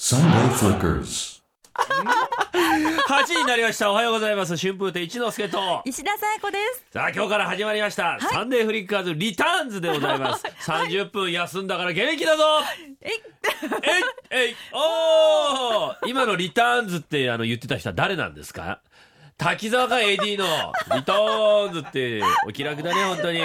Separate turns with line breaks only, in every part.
Sunday Flickers.
8時になりましたおはようございます春風亭一之輔と
石田紗友子です。
さあ今日から始まりました、サンデーフリッカーズリターンズでござい ます30分休んだから元気だぞ
え
え
い、
いえいおー今のリターンズってあの言ってた人は誰なんですか滝沢か AD のリターンズってお気楽だね本当に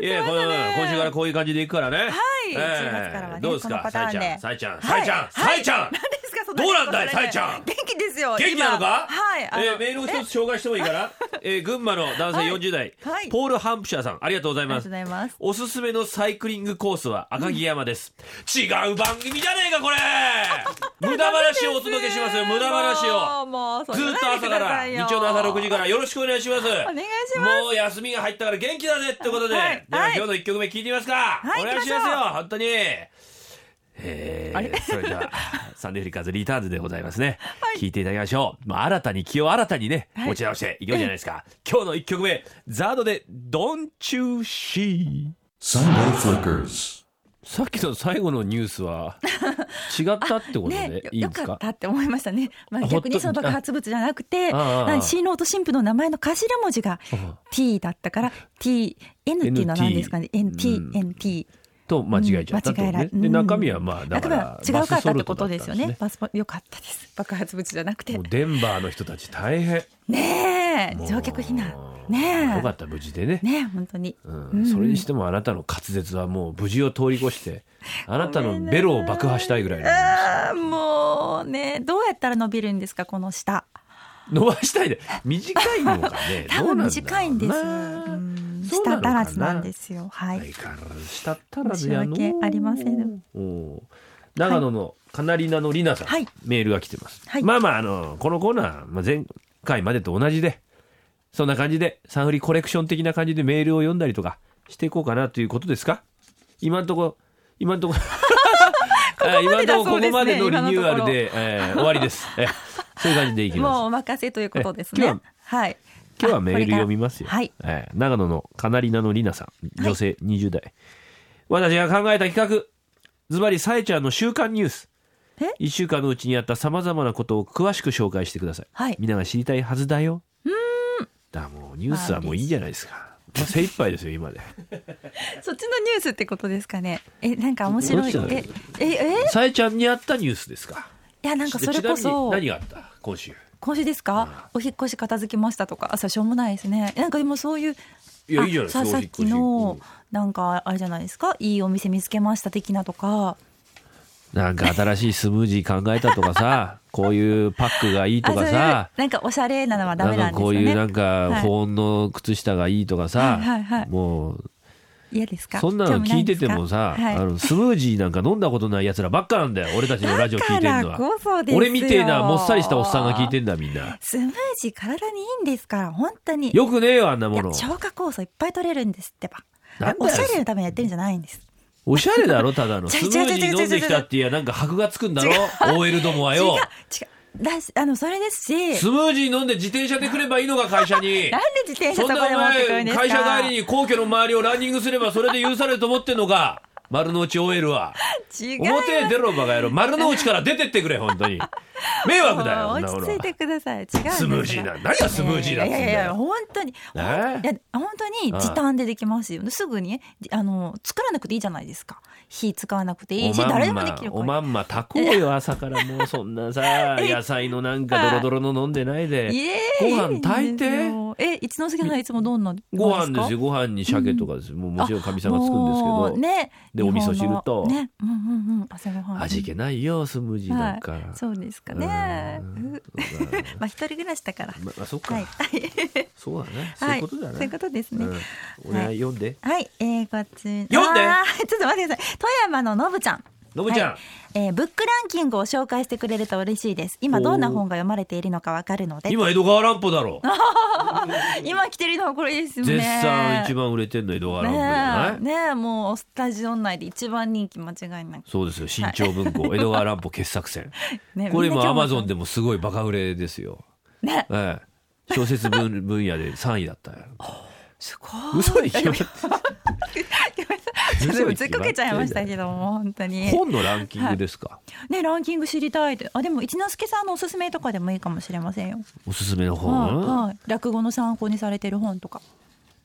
いやこの今週からこういう感じでいくからねはい
10月からはね
どうです
こ
か
のパタ
さえ
ーン
ちゃ
で
んさえちゃんさえちゃんさえちゃん
何ですかその
どうなんだい
それ
さえちゃん
元気ですよ。
元気なのか
今はい。あの
えーメールを一つ紹介してもいいかな、えー群馬の男性
はい
40代、
はい
ポール・ハンプシャーさんありがとうござい
ありが
ま
とうご
す
ざいます。
おすすめのサイクリングコースは赤城山です、違う番組じゃねえか これ無駄話をお届けしますよ無駄話を
を。もう
ずっと朝から日曜の朝6時からよろしくお願いしますお
願いします
もう休みが入ったから元気だぜってことで、
はい
では
はい
今日の1曲目聞いてみますか、
はい
お願いしま
行き
す
ま
よ
しょ
本当にえ
あれ
ー、それでは サンデーフリカーズリターンズでございますね、
はい
聞いていただきましょう、まあ、新たに気を新たにね、
はい
持ち直していきましょうじゃないですか今日の1曲目ザードで「Don't You See
Sunday Flickers.」
さっきの最後のニュースは 違ったってこと
ね
で、
よ
いいん
よ
です
か
か
ったって思いましたね。まあ
ほっ
逆
と
にその爆発物じゃなくて、
ああああ
なんか新郎と新婦の名前の頭文字が T だったから T N っていうのは何ですかね
NT
N T N T
と間違えちゃったってこと
間違え
ね
ら、うん
で中身はまあだか
中身は
ら
違うか
バ
っ
スソ
たっ
ル
て
トだ
こと
ったん
ですよね。バスポよかったです。爆発物じゃなくて
もう。デンバーの人たち大変
ねえ
もう
乗客避難
よ
ね
かった無事でね
えねえ本当に、
うん
うん
それにしてもあなたの滑舌はもう無事を通り越 してあなたのベロを爆破したいぐらい
あーもうねどうやったら伸びるんですかこの下
の伸ばしたいで短いのかね
多
どうなんだ
分
ろうな
短いんです、うん
そうなのか
下足
な
らずなんですよはい、
相変わらずしたったらずやの
申し訳ありません
お長野のカナリナのリナさん、
はい
メールが来てます、
はい
まあまああのこのコーナー、まあ、前回までと同じでそんな感じでサンフリコレクション的な感じでメールを読んだりとかしていこうかなということですか今んとこ今 んとこあ 今んとこここまでのリニューアルで、えー終わりです、えーそういう感じでいきます
もうお任せということです
え今
ね
日
はい
今日はメール
あこれから
読みますよ。
はい
えー長野のカナリナのリナさん、女性20代。私が考えた企画、ズバリさえちゃんの週刊ニュース。
え
一週間のうちにあったさまざまなことを詳しく紹介してください。
はい
みんなが知りたいはずだよ。だからもうニュースはもういいじゃないですか。もう精一杯ですよ今で。
そっちのニュースってことですかねえなんか面白い
どっちだろ
え
う
ええ
さえちゃんにあったニュースですか。
いやなんかそれこ
ちなみに
そ
何があった今週。
今週ですかお引っ越し片付きましたとか朝しょうもないですねなんかでもそういう
いやいいじゃないですか
あささっき
お引っ
の
越し
なんかあれじゃないですかいいお店見つけました的なとか
なんか新しいスムージー考えたとかさ、こういうパックがいいとか
あそういう
さ。
なんかおしゃれなのはダ
な
メ
ん
な
か
んです
こ
よ
う
ね
いうなんか
はい
保温の靴下がいいとかさ、
はいはいはい
もう
嫌ですか
そんなの
興味な
聞い
で
て
すか
てもさ、
はい
あのスムージーなんか飲んだことないやつらばっかなんだよ俺たちのラジオ聞いてるの
だから
は
こそですよ
俺みてえなもっさりしたおっさんが聞いてんだみんな
スムージー体にいいんですから本当に
よくねえよあんなもの
いや消化酵素いっぱい取れるんですってば
なんだよ
おしゃれのためにやってるんじゃないんです
おしゃれだろた だのス
違う
ムージー飲んできたっていやなんか箔がつくんだろ OL どもは
違う違
よ
うだしあのそれですし
スムージー飲んで自転車で来ればいいのか会社に
なんで自転車
そ
そ
ん
こ
な
で
お
持ってくる
前
んですか
会社帰りに皇居の周りをランニングすればそれで許されると思ってんのか丸の内 OL は
違う
表へ出ろバカ野郎丸の内から出てってくれ本当に迷惑だよ
もう
女
落
の
ち着いてください違うんですから
スムージーだ何がスムージーだっつうん
い
だよ
やいやいや本当に、ほんい
ね
や本当に時短でできますよすぐにあの作らなくていいじゃないですか火使わなくていいし誰でもできる
おまんま炊こうよ朝からもうそんなさ野菜のなんかドロドロの飲んでないで
いえ
ご飯炊いて
いいですよえ一ノ瀬さんいつもどんな
ご飯ですよ
よ
ご飯に鮭とかですもうもちろんかみさんが作るんですけど、
ね
でお味噌汁と
日本のねうんうんうん朝ご飯
味気ないよスムージーなんか、
はい、そうですかね
うん
うまあ一人暮らしだから
まあそっか、
はい
そうだねそうい
は
う
い
ことだね、
そういうことですね、
うん、俺は読んで、
はい、えー、こっち。
読んで
あー ちょっと待ってください。富山ののぶちゃん。
のぶちゃん
はいえーブックランキングを紹介してくれると嬉しいです。今どんな本が読まれているのかわかるので。今
今江戸川乱歩だろ
来てるのはこれですよね。
絶賛一番売れてんの江戸川乱歩じゃない、
ねえねえもうスタジオ内で一番人気間違いなく。
そうですよ新潮文庫、江戸川乱歩傑作 選
ね
これ
みん
今
な
ア
今日
マゾンでもすごいバカ売れですよ、
ね。
ええ、小説分分野で3位だったよ
すご い。
嘘に決まっ
いや
嘘に決まってんじゃん
追っかけちゃいましたけども本当に。
本のランキングですか、
ねランキング知りたいで。あでも一之輔さんのおすすめとかでもいいかもしれませんよ。
おすすめの
はい
本、
はい落語の参考にされてる本とか。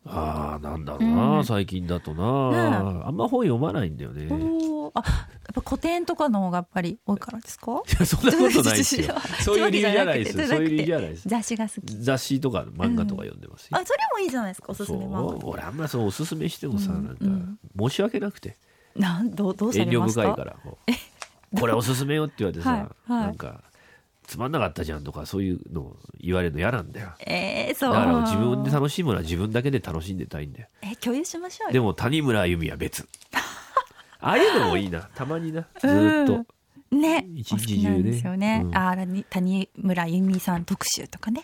ああなんだろうな、
うん
最近だとな、
ね
あんま本読まないんだよね、い
おおあやっぱ古典とかの方がやっぱり多いからですか？
やそんなことないで すよそういう理由じゃないです
そういう
そう
わけじゃなくて
いう理由じゃないです
雑誌が好き。
雑誌とか漫画とか読んでますよ、
あそれもいいじゃないですかおすす
そう
め漫画。
俺あんまそうおすすめしてもさ、
うん
なん
う
か申し訳なくて
なんどうどうさ
遠
れ
慮
まし
深い
た
か？らこうこれおすすめよって言われてさ、
はいはい
なんかつまんなかったじゃんとかそういうの言われるの嫌なんだよ
えー、そ
だか
う。
ら自分で楽しいものは自分だけで楽しんでたいんだよ
え共有しましょうよ。
でも谷村あゆみは別 ああいうのもいいなたまになずーっと、
ね、
一
お好
日
き
中
な
ね
んですよね。
うん
ああらに谷村由美さん特集とかね。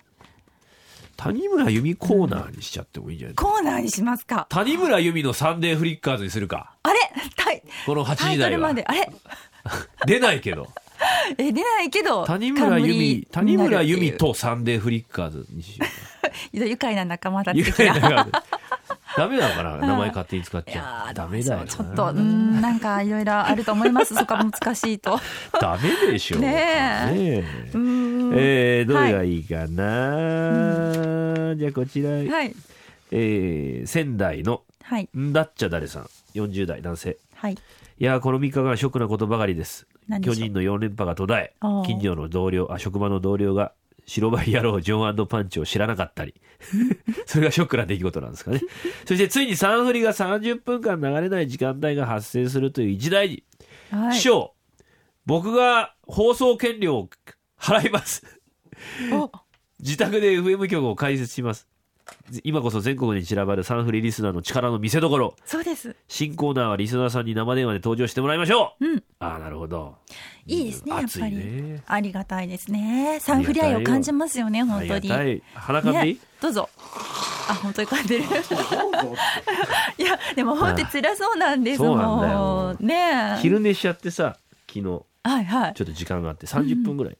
谷村あゆみコーナーにしちゃってもいいんじゃない、
コーナーにしますか。
谷村あゆみのサンデーフリッカーズにするか
あれタイ
この8
タ
時
イト
台
ルま
は
で。あれ
出ないけど
え出ないけど。
谷村由美
冠
谷
になる
村
っていう
由美。とサンデーフリッカーズにしよ
愉快な仲間だっ
う
て
ゆ
き
かり
た。
ながらダメなのかな名前勝手に使っ
い
ち
や
ゃ
ー
うダメだよな
ちょっとうーんなんかいろいろあると思い ます。そこは難しいと。う
ダメでしょ
ね
ね
え
え
ーん
えーどれがいいかな、じゃあこちら、
はい
えー仙台の
はい
んだっちゃ誰さん40代男性
はい。
いやーこの3日間ショックなことばかりです
何でしょ
巨
う
人の4連覇が途絶え
あー
近所の同僚あ職場の同僚が白バイ野郎ジョンパンチを知らなかったり それがショックな出来事なんですかね そしてついにサンフリが30分間流れない時間帯が発生するという一大事、
は
師
い。
匠僕が放送権料を払います
お
自宅で FM 局を開設します今こそ全国に散らばるサンフリリスナーの力の見せ所
そうです。
新コーナーはリスナーさんに生電話で登場してもらいましょう、
うん
ああなるほど
いいですねやっ
熱
ぱ
い
り、
ね
ありがたいですね。サンフリアイを感じますよね
あ
本
り
当
が
に。
たい鼻かんでいい、
ね、どうぞあ本当に噛んでる いやでも本当に辛そうなんです
そうなん
も
だよ
んねえ
昼寝しちゃってさ昨日ちょ
はいはい
っと時間があって30分ぐらい、
うん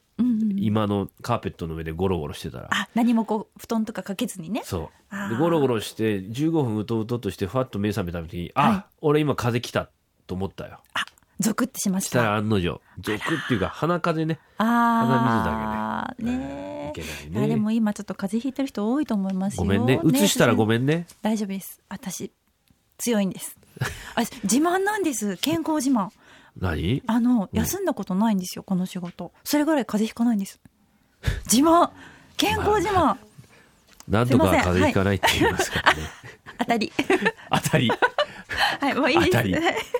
うん
今のカーペットの上でゴロゴロしてたら
あ何もこう布団とかかけずにね
そう
あ
で
ー
ゴロゴロして15分うとうととしてふわっと目覚めた時にあ、
はい
俺今風邪来たと思ったよ
あゾクってしまし
した
た
ら案の定ゾクっていうか鼻風邪ね
あ
鼻水だけ
ー
ね
ね
いけ
え
ない
いや
ね
でも今ちょっと風邪ひいてる人多いと思いますよ
ごめんねうつしたらご
ん
めんね
大丈夫です私強いんですあ自慢なんです健康自慢
何
あの
うん
休んだことないんですよこの仕事それぐらい風邪ひかないんです自慢健康自慢
なんとか
すいません
風邪ひかないって言いますからね、
当 たり
当たり
はいもういい
当
です
たり、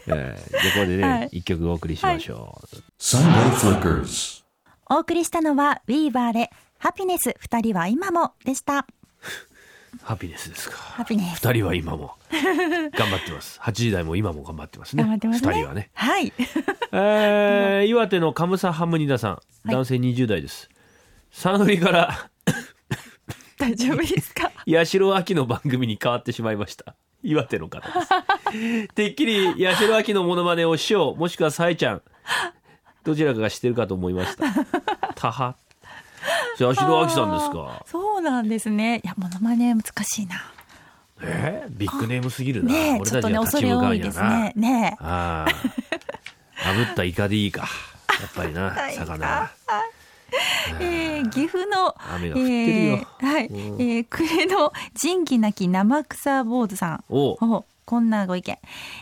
えー、じゃあこれでね、
はい
一曲お送りしましょう、
Sunday Flickers.
お送りしたのはウィーバーでハピネス二人は今もでした
ハピネスですか
ハピネス
二人は今も頑張ってます8時台も今も頑張ってますね
頑張ってますね
二人は ね、
はい
えー、岩手のカムサハムニダさん
い
男性20代です、サンフリから
大丈夫ですか
八代亜紀の番組に変わってしまいました岩手の方ですてっきり八代亜紀のモノマネを師匠もしくはさえちゃんどちらかがしてるかと思いましたた は八代亜紀さんですか
あーそうなんですねいやモノマネ難しいな
えービッグネームすぎるな、
ねえ
俺
ちょ
たち
っとね
が立
恐
ち
れ
向か
多
う
い
んや
です
な、
ねねえ
ああ炙ったイカでいいかやっぱり な魚は
えー岐阜の
雨が降ってるよ
えーはい、えー暮れの仁義なき生草坊主さん
おう
おこんなご意見、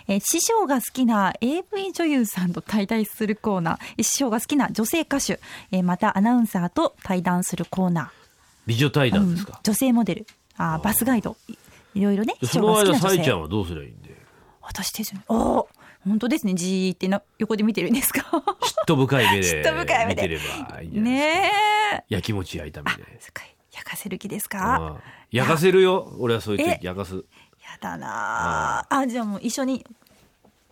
えー師匠が好きな AV 女優さんと対談するコーナーえー師匠が好きな女性歌手、えーまたアナウンサーと対談するコーナ
美女対
ー、う
談
ん
ですか、
女性モデルあーバスガイドいいろいろね師
そ
匠が
の間
好きな
さ
女
えちゃ
性
んはどうすればいいんで
私ですよねおー本当ですねじーってな横で見てるんですか
嫉妬深 い目
嫉
で
妬深い目
見
で
てればいいんじゃないですか、
ねえ
焼き餅焼いた目で
そっか焼かせる気ですか
ああ焼かせるよ俺はそういう
え
時焼かす
やだなああじゃあもう一緒に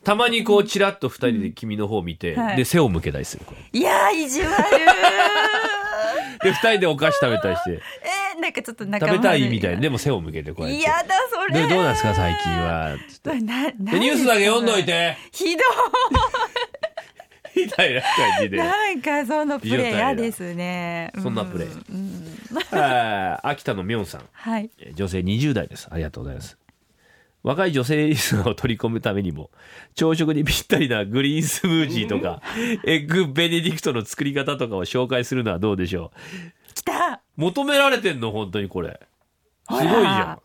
たまにこうチラッと二人で君の方を見て、
うんはい
で背を向けたりするこうや
いやー意地悪
ってで二人でお菓子食べたりして
えー、なんかちょっと 仲
食
間
べたいみたい
な
なでも背を向けてこうやって
嫌だそれ
でどうなんですか最近はつって
なな
でニュースだけ読んどいて
ひど
みたいな感じで。
なんかそのプレイ嫌ですね。
そんなプレイ
うんうん
あー秋田のみょんさん。
はい。
えー女性20代です。ありがとうございます。若い女性リスナーを取り込むためにも、朝食にぴったりなグリーンスムージーと か、エッグベネディクトの作り方とかを紹介するのはどうでしょ
来た。
う。求められてんの、本当にこれ。すごいじゃん。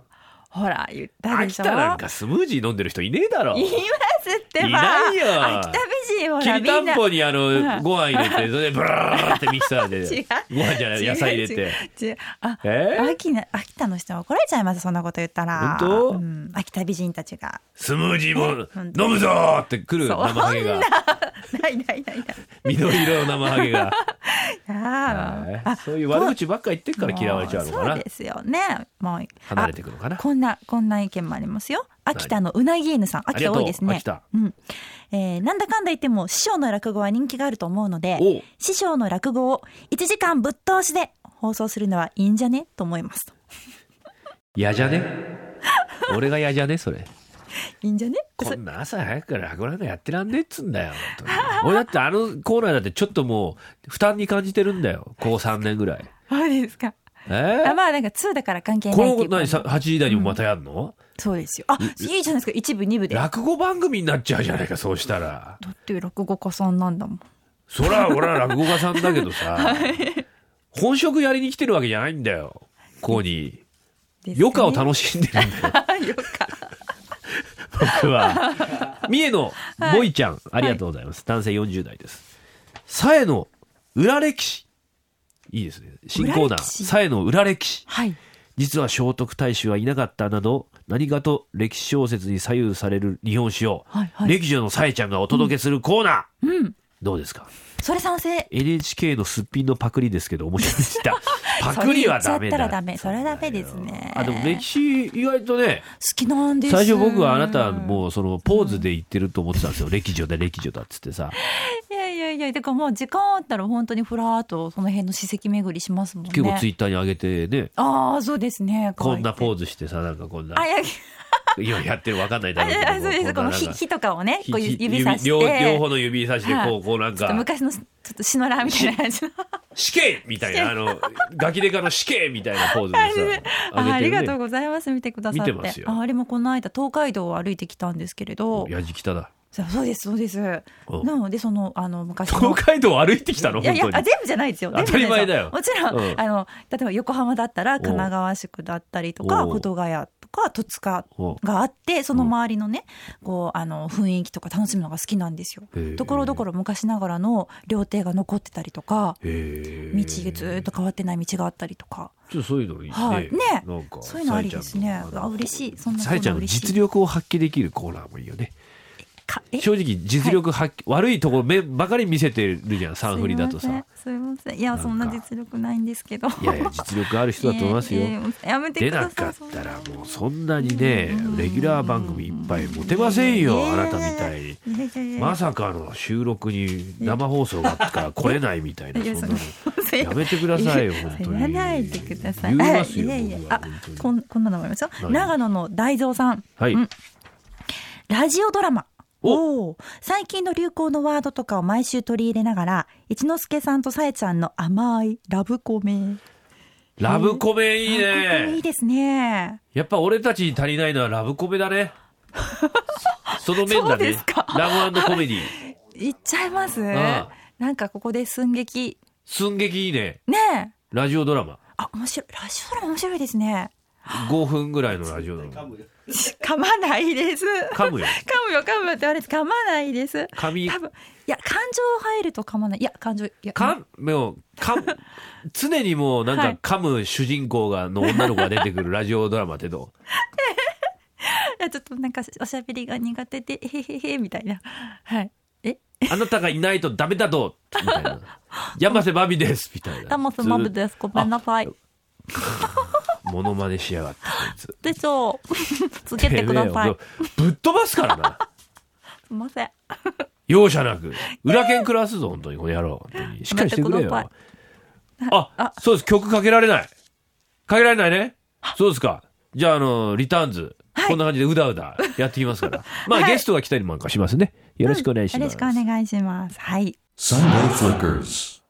ほら言ったで
秋
しょ。
田なんかスムージー飲んでる人いねえだろ。
言いますってば。
いないよ
秋田美人ほ
き
ら
りた
みん
ん
な。
ぽにあ
う
の
ん
ご飯入れてそれでブラーっ てミキサーで
違う
ご飯じゃない野菜入れて
違う。違うあ、
えー
秋な秋田の人は怒られちゃいますそんなこと言ったら。
本当
うん秋田美人たちが。
スムージーも
本当
飲むぞーってくる
そんな
生ハゲが
ないないないない。
緑色の生ハゲ が
あ
え
ー
ーそういう悪口ばっか言ってっから嫌われちゃうのか
も
な
そうですよね。もう
離れていくのかな
あこんなこんな意見もありますよ。秋田のうなぎ犬さん、
あり
秋
が
田
とう
多いですね
秋。田
うん。えーなんだかんだ言っても師匠の落語は人気があると思うので
おう、
師匠の落語を1時間ぶっ通しで放送するのはいいんじゃねと思います。
嫌じゃね俺が嫌じゃねそれ
いいんじゃね？
こんな朝早くから落語なんかやってらんねえっつんだよ本当に俺だってあのコーナーだってちょっともう負担に感じてるんだよこう3年ぐらい
そうですか。
え
あ
ー
まあなんか2だから関係
こ
ない
の
って
こ
いう
と何
か
さ8時台にもまたやるの、
そうですよ。あ、いいじゃないですか。一部二部で。だ
落語番組になっちゃうじゃないかそうしたら
って落語家さんなんだもん。
そら俺は落語家さんだけど さ、本職やりに来てるわけじゃないんだよここに余暇を楽しんでるんだよ
し よか。
僕 は三重のボイちゃん、ありがとうございます男性40代ですさえの裏歴史いいですね新コーナー
裏歴史
さえの裏歴史
はい。
実は聖徳太子はいなかったなど何かと歴史小説に左右される日本史を、
はいはい
歴女のさえちゃんがお届けするコーナー、
うん。
どうですか
それ賛成。
NHK のすっぴんのパクリですけど面白い でしたパクリはダメだ
それ言っちゃったらダメそれダメですね
あでも歴史意外とね
好きなんです。
最初僕はあなたもうそのポーズで言ってると思ってたんですよ歴女だ歴女だっつってさ
いやいやいや、だからもう時間あったら本当にふらーっとその辺の史跡巡りしますもんね。
結構ツイッターに上げてね
ああ、そうですね。
こんなポ
ーズ。
ーズしてさなんかこんな
あ、いや、
今やってるわかんないだ
あ
ろ
いう
け
や
ど
そうです。こ
んな
の
なん
火
か
火とかをね、こう
ひ
指指さして。
両両方の指さして
はい
こうこうなん
ちょっと
か
昔のちょっとシノラーみたいな感じの。
死刑みたいなあのガキデカの死刑みたいなポーズでさ
ああ
上げて
りが
る
とう
ね
ございます見てくださ
見
っ
てます
て
よ
ああれもこの間東海道を歩いてきたんですけれど
やじきただ
そうそうですそうですな
うん
のでそのあの昔の
東海道を歩いてきたの
いや
本
いや
当に
あ全部じゃないですよ
当たり前だよ
全部じゃないですもちろん、
うん
あの例えば横浜だったら神奈川宿だったりとか
おう
保土ヶ谷とか戸塚
おう
があってその周りのねこうあの雰囲気とか楽しむのが好きなんですよ
へえ
ところどころ昔ながらの料亭が残ってたりとか
へ
道
え
ずっと変わってない道があったりとか
ちょっとそういうのいいね。
はいね
なんか
そういうのありですねあ嬉しいそんな
さえちゃんの
嬉しい
実力を発揮できるコーナーもいいよね。
かえ
正直実力発揮、悪いところめばかり見せてるじゃん、サンフリだとさ。
すいませんすいませんいや
んか
そんな実力ないんですけど
いやい や実力ある人だと思いますよ。
ええええやめて
出
く
な
ださ
か
い
ったらもうそんなにねレギュラー番組いっぱい持てません
い
よ
や
あ
いや
ない
や
たみたいに
いやいやいや
まさかの収録に生放送があったから来れないみたいなそんなのやめてください よ本当に
やらないでください。
言いますよ
あいやいや
僕は
あ
本当に
こんこんなのもありますよ。
何
長野の大蔵さん。
はい
うんラジオドラマ。
お
おー最近の流行のワードとかを毎週取り入れながら一之輔さんとさえちゃんの甘いラブコメ
ラブコメいい
ラブコメいい
ね
ですね
やっぱ俺たちに足りないのはラブコメだ ねその面
そ
だ
うで
ね
すか
ラブコメディ
いっちゃいます
ああ
なんかここで寸劇
寸劇いいね
ねえ
ラジオドラマ
あ面白いラジオドラマ面白いですね
5分ぐらいのラジオドラマ
噛まないです噛
噛むよ
むよ噛むってあれです噛まないです
髪
多分いや感情入ると噛まないいや感情いや
かもうか常にもうな
は
ん
い
か噛む主人公がの女の子が出てくるラジオドラマって ど
いやちょっとなんかおしゃべりが苦手でえへへへみたいなはいえ
うあなたがいないとダメだとみたいな山瀬まみですみたいな
タモスマブ
す
ですごめんなさい
モノマネしやがってこいつ
でしょう続けてくだ さい
ぶっ飛ばすから な
すいません
容赦なく裏剣食らわすぞ本当にこの野郎本当にしっかりしてくれ
やめてくださ
よあそうです曲かけられないかけられないねそうですかじゃああのリターンズこんな感じでうだうだやってきます から。まあ、
はい
ゲストが来たりもなんかしますね。よろしくお願いし
よろ
ま
し
す。
くお願いします。はい。
Sunday Flickers.